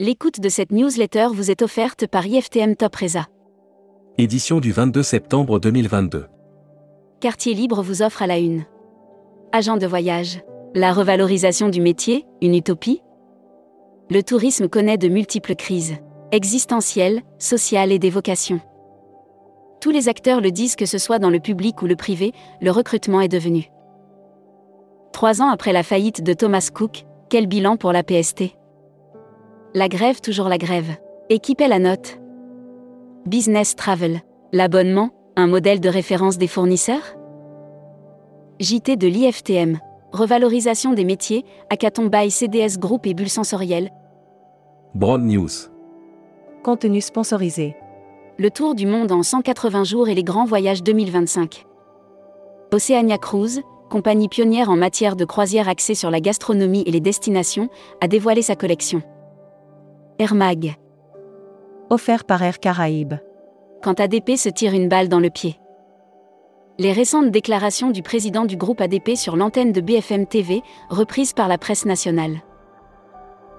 L'écoute de cette newsletter vous est offerte par IFTM Top Reza. Édition du 22 septembre 2022. Quartier Libre vous offre à la une. Agent de voyage. La revalorisation du métier, une utopie Le tourisme connaît de multiples crises. Existentielles, sociales et d'évocation. Tous les acteurs le disent que ce soit dans le public ou le privé, le recrutement est devenu. Trois ans après la faillite de Thomas Cook, quel bilan pour la PST la grève, toujours la grève. Équipez la note. Business Travel. L'abonnement, un modèle de référence des fournisseurs JT de l'IFTM. Revalorisation des métiers, Hackathon by CDS Group et Bulle Sensorielle. Broad News. Contenu sponsorisé. Le tour du monde en 180 jours et les grands voyages 2025. Oceania Cruise, compagnie pionnière en matière de croisière axée sur la gastronomie et les destinations, a dévoilé sa collection. Air Mag. Offert par Air Caraïbes. quand ADP se tire une balle dans le pied. Les récentes déclarations du président du groupe ADP sur l'antenne de BFM TV, reprises par la presse nationale.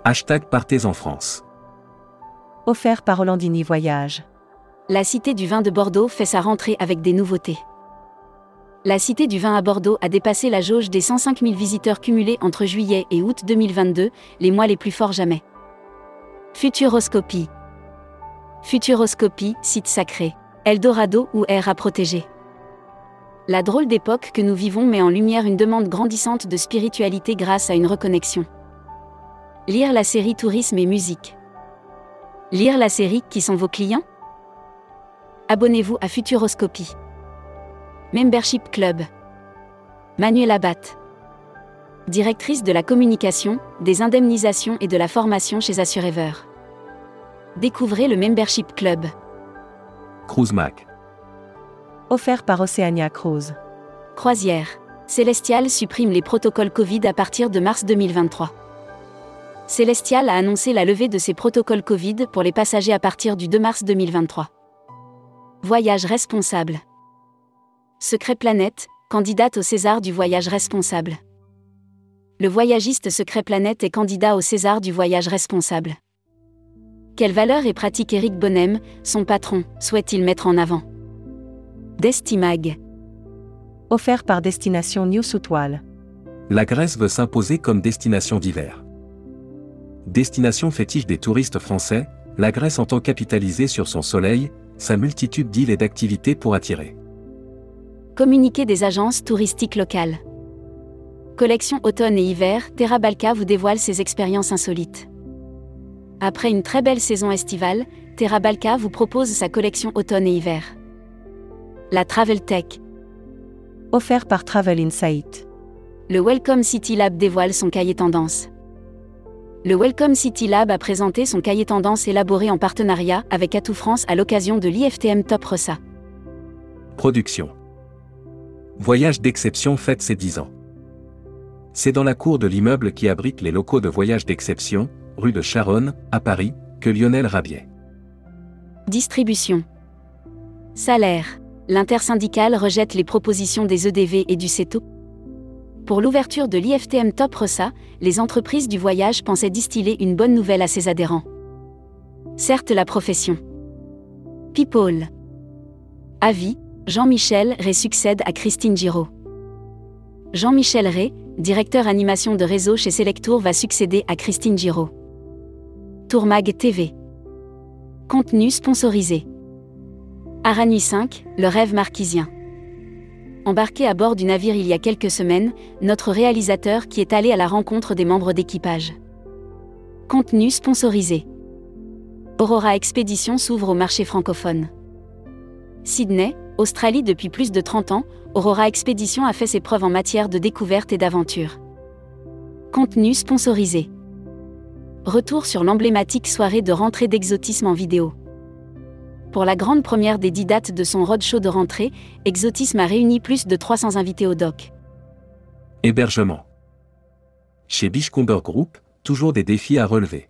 Hashtag Partez en France. Offert par Hollandini Voyage. La Cité du vin de Bordeaux fait sa rentrée avec des nouveautés. La Cité du vin à Bordeaux a dépassé la jauge des 105 000 visiteurs cumulés entre juillet et août 2022, les mois les plus forts jamais. Futuroscopie. Futuroscopie, site sacré. Eldorado ou air à protéger. La drôle d'époque que nous vivons met en lumière une demande grandissante de spiritualité grâce à une reconnexion. Lire la série Tourisme et musique. Lire la série Qui sont vos clients Abonnez-vous à Futuroscopie. Membership Club. Manuela Batte. Directrice de la communication, des indemnisations et de la formation chez Assurever. Découvrez le Membership Club. Cruise Mac. Offert par Oceania Cruise. Croisière. Celestial supprime les protocoles Covid à partir de mars 2023. Celestial a annoncé la levée de ses protocoles Covid pour les passagers à partir du 2 mars 2023. Voyage responsable. Secret Planète, candidate au César du voyage responsable. Le voyagiste Secret Planète est candidat au César du voyage responsable. Quelle valeur et pratique Eric Bonem, son patron, souhaite-t-il mettre en avant Destimag. Offert par Destination New Soutoile. La Grèce veut s'imposer comme destination d'hiver. Destination fétiche des touristes français, la Grèce entend capitaliser sur son soleil, sa multitude d'îles et d'activités pour attirer. Communiqué des agences touristiques locales. Collection automne et hiver, Terra Balka vous dévoile ses expériences insolites. Après une très belle saison estivale, Terra Balka vous propose sa collection automne et hiver. La Travel Tech, Offert par Travel Insight. le Welcome City Lab dévoile son cahier tendance. Le Welcome City Lab a présenté son cahier tendance élaboré en partenariat avec Atout France à l'occasion de l'IFTM Top Ressa. Production. Voyage d'exception fête ses 10 ans. C'est dans la cour de l'immeuble qui abrite les locaux de Voyage d'exception, rue de Charonne, à Paris, que Lionel Rabier. Distribution. Salaire. L'intersyndicale rejette les propositions des EDV et du CETO. Pour l'ouverture de l'IFTM Top Ressa, les entreprises du voyage pensaient distiller une bonne nouvelle à ses adhérents. Certes la profession. People. Avis, Jean-Michel Rey succède à Christine Giraud. Jean-Michel Rey, directeur animation de réseau chez Selectour va succéder à Christine Giraud. Tourmag TV. Contenu sponsorisé. Aranui 5, le rêve marquisien. Embarqué à bord du navire il y a quelques semaines, notre réalisateur qui est allé à la rencontre des membres d'équipage. Contenu sponsorisé. Aurora Expédition s'ouvre au marché francophone. Sydney, Australie depuis plus de 30 ans, Aurora Expédition a fait ses preuves en matière de découverte et d'aventure. Contenu sponsorisé. Retour sur l'emblématique soirée de rentrée d'exotisme en vidéo. Pour la grande première des 10 dates de son roadshow de rentrée, Exotisme a réuni plus de 300 invités au doc. Hébergement. Chez Bichcomber Group, toujours des défis à relever.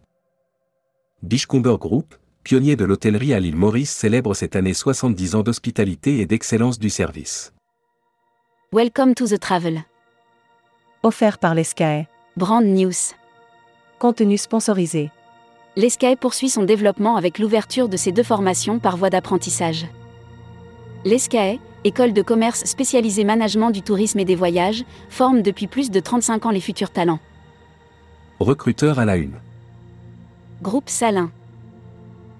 Bichcomber Group, pionnier de l'hôtellerie à l'île Maurice, célèbre cette année 70 ans d'hospitalité et d'excellence du service. Welcome to the travel. Offert par l'ESCAE. Brand news. Contenu sponsorisé. l'ESCAE poursuit son développement avec l'ouverture de ses deux formations par voie d'apprentissage. L'ESCAE, école de commerce spécialisée management du tourisme et des voyages, forme depuis plus de 35 ans les futurs talents. Recruteur à la une. Groupe Salin.